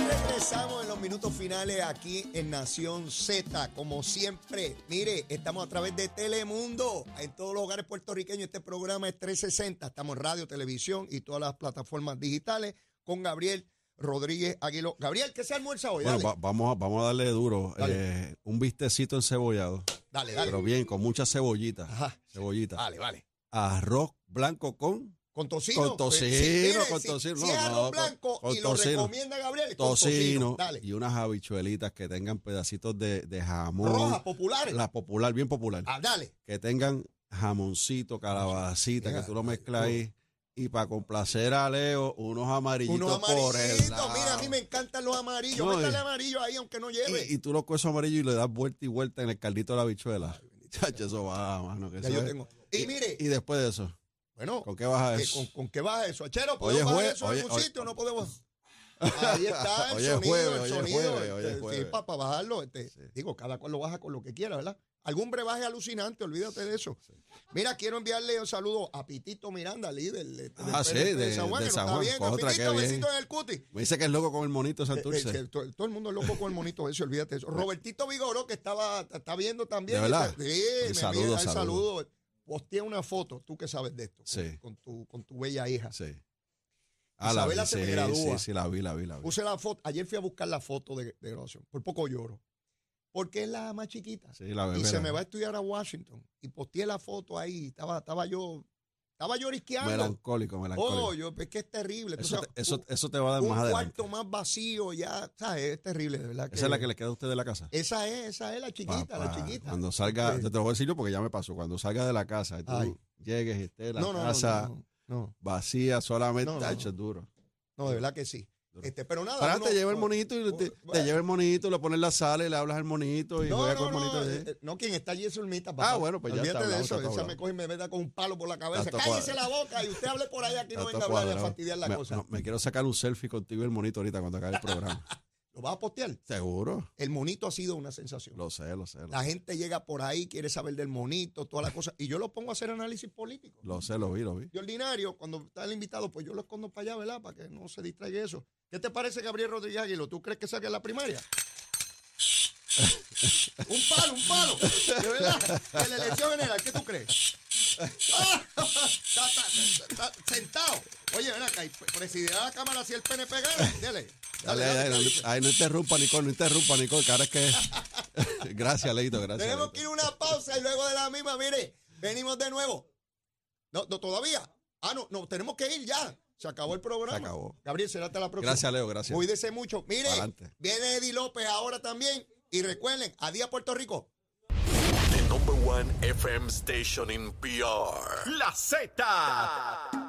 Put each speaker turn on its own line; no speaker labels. Regresamos en los minutos finales aquí en Nación Z, como siempre. Mire, estamos a través de Telemundo, en todos los hogares puertorriqueños. Este programa es 360. Estamos en radio, televisión y todas las plataformas digitales con Gabriel Rodríguez Aguiló. Gabriel, ¿qué se almuerza hoy?
Bueno,
Dale,
va- vamos, a, vamos a darle duro.
Dale.
eh, un bistecito encebollado.
dale, dale.
Pero bien, con muchas cebollitas.
Ajá. Ah.
Cebollitas.
Vale, vale.
Arroz blanco con
Con tocino.
Con tocino,
Pues, mire,
con
si-
tocino.
Si
No,
es arroz
no,
blanco
con-
y
con
lo
tocino.
recomienda Gabriel, es con
tocino,
Dale.
y unas habichuelitas que tengan pedacitos de, de jamón.
Rojas, populares.
La popular, bien popular.
Ah, dale.
Que tengan jamoncito, calabacita,
Ya,
que tú lo mezclas ahí. Y para complacer a Leo, unos amarillitos
Unos
por el
amarillitos. Mira, a
lado.
mí me encantan los amarillos.
No,
Métale
y-
amarillo ahí, aunque no lleve.
Y, y tú lo coges amarillo y le das vuelta y vuelta en el caldito de la habichuela. Chacho, eso va, mano. que
Ya
eso
yo
es-
tengo. Y mire,
Y después de eso,
bueno,
¿con qué vas a
¿qué-
eso?
con, ¿con qué baja eso? Achero,
Hoy es
¿podemos bajar
jue-
eso
hoy-
en algún
hoy-
sitio o no podemos? Ahí está el
Hoy es
sonido,
jueves, hoy
el
es
sonido.
jueves, hoy es
este,
jueves.
sí, para, bajarlo. este,
Sí.
Digo, cada cual lo baja con lo que quiera, ¿verdad? Algún brebaje alucinante, olvídate de eso. Mira, quiero enviarle un saludo a Pitito Miranda, líder de,
Ah, sí, de- de San Juan. Pues otra, qué
Pitito,
bien.
besito en el cuti.
Me dice que es loco con el monito
Eh, eh,
Santurce.
que to- todo el mundo es loco con el monito ese, olvídate de eso. Robertito Vigoró, que estaba, ta- está viendo también.
¿De verdad?
Está- Sí, me envía-
saludo,
el
saludo.
saludo. Posteé una foto, tú que sabes de esto, con-
Sí.
con, tu, con tu bella hija.
Sí. Ah,
Isabela
vi,
se me
sí,
gradúa.
Sí, sí, la vi, la vi, la vi.
Puse la foto, ayer fui a buscar la foto de, de graduación, por poco lloro. Porque es la más chiquita.
Sí, la bebé.
y se
la-
me va a estudiar a Washington. Y posteé la foto ahí, estaba, estaba yo, estaba llorisqueando.
Melancólico, melancólico.
Oh, yo, es que es terrible. tú
eso,
sabes,
te- eso,
un-
eso te va a dar
un
más adelante.
cuarto más vacío ya, ¿sabes? Es terrible, de verdad.
Esa es la que le queda a usted de la casa.
Esa es, esa es la chiquita, la
Papá,
chiquita.
Cuando salga,
Sí.
te lo voy a decir yo porque ya me pasó. Cuando salga de la casa, y tú
Ay.
llegues y esté la
no, no, no,
casa
no, no,
vacía, solamente
No, no,
tacho,
no.
es duro.
no, de verdad que sí.
Duro.
Este, pero nada.
Ahora
uno-
te lleva el
no,
monito y te,
bueno.
te lleva el monito, le pones la sala y le hablas al monito y
No,
juega
no,
con el monito.
no,
¿sí?
eh, eh, no, quien está allí es Zulmita.
Ah, bueno, pues ya
Olvídate
está
de
hablado,
eso.
está
Esa
hablado.
me coge y me mete con un palo por la cabeza.
Está
Cállese la boca y usted hable por ahí. Aquí no
Ya
venga
está
a hablar y a
cuadrado.
fastidiar la
me,
cosa.
no, me quiero sacar un selfie contigo y el monito ahorita cuando acabe el programa.
¿Lo vas a postear?
Seguro.
El monito ha sido una sensación.
Lo sé, lo sé. Lo,
La gente llega por ahí, quiere saber del monito, todas las cosas. Y yo lo pongo a hacer análisis político.
lo sé, lo vi, lo vi.
Y ordinario, cuando está el invitado, pues yo lo escondo para allá, ¿verdad? Para que no se distraiga eso. ¿Qué te parece, Gabriel Rodríguez Aguilo? ¿Tú crees que salga en la primaria? un palo, un palo. De verdad. En la elección general, ¿qué tú crees? Ah, está, está- está- está sentado. Oye, ven acá, y presidirá la Cámara si el PNP gana. Dele.
Dale, dale, dale,
Gabriel.
no- ay, no interrumpa, Nicole, no interrumpa, Nicole, que ahora es que. gracias, Leito, gracias.
Tenemos
Leito.
que ir a una pausa y luego de la misma, mire, venimos de nuevo. No, no, todavía. Ah, no, no, tenemos que ir ya. Se acabó el programa.
Se acabó.
Gabriel, será hasta la próxima.
Gracias, Leo, gracias.
Cuídese mucho. Mire,
Pa'lante.
viene Eddie López ahora también. Y recuerden, a día Puerto Rico.
The number one FM station in PR.
La Z.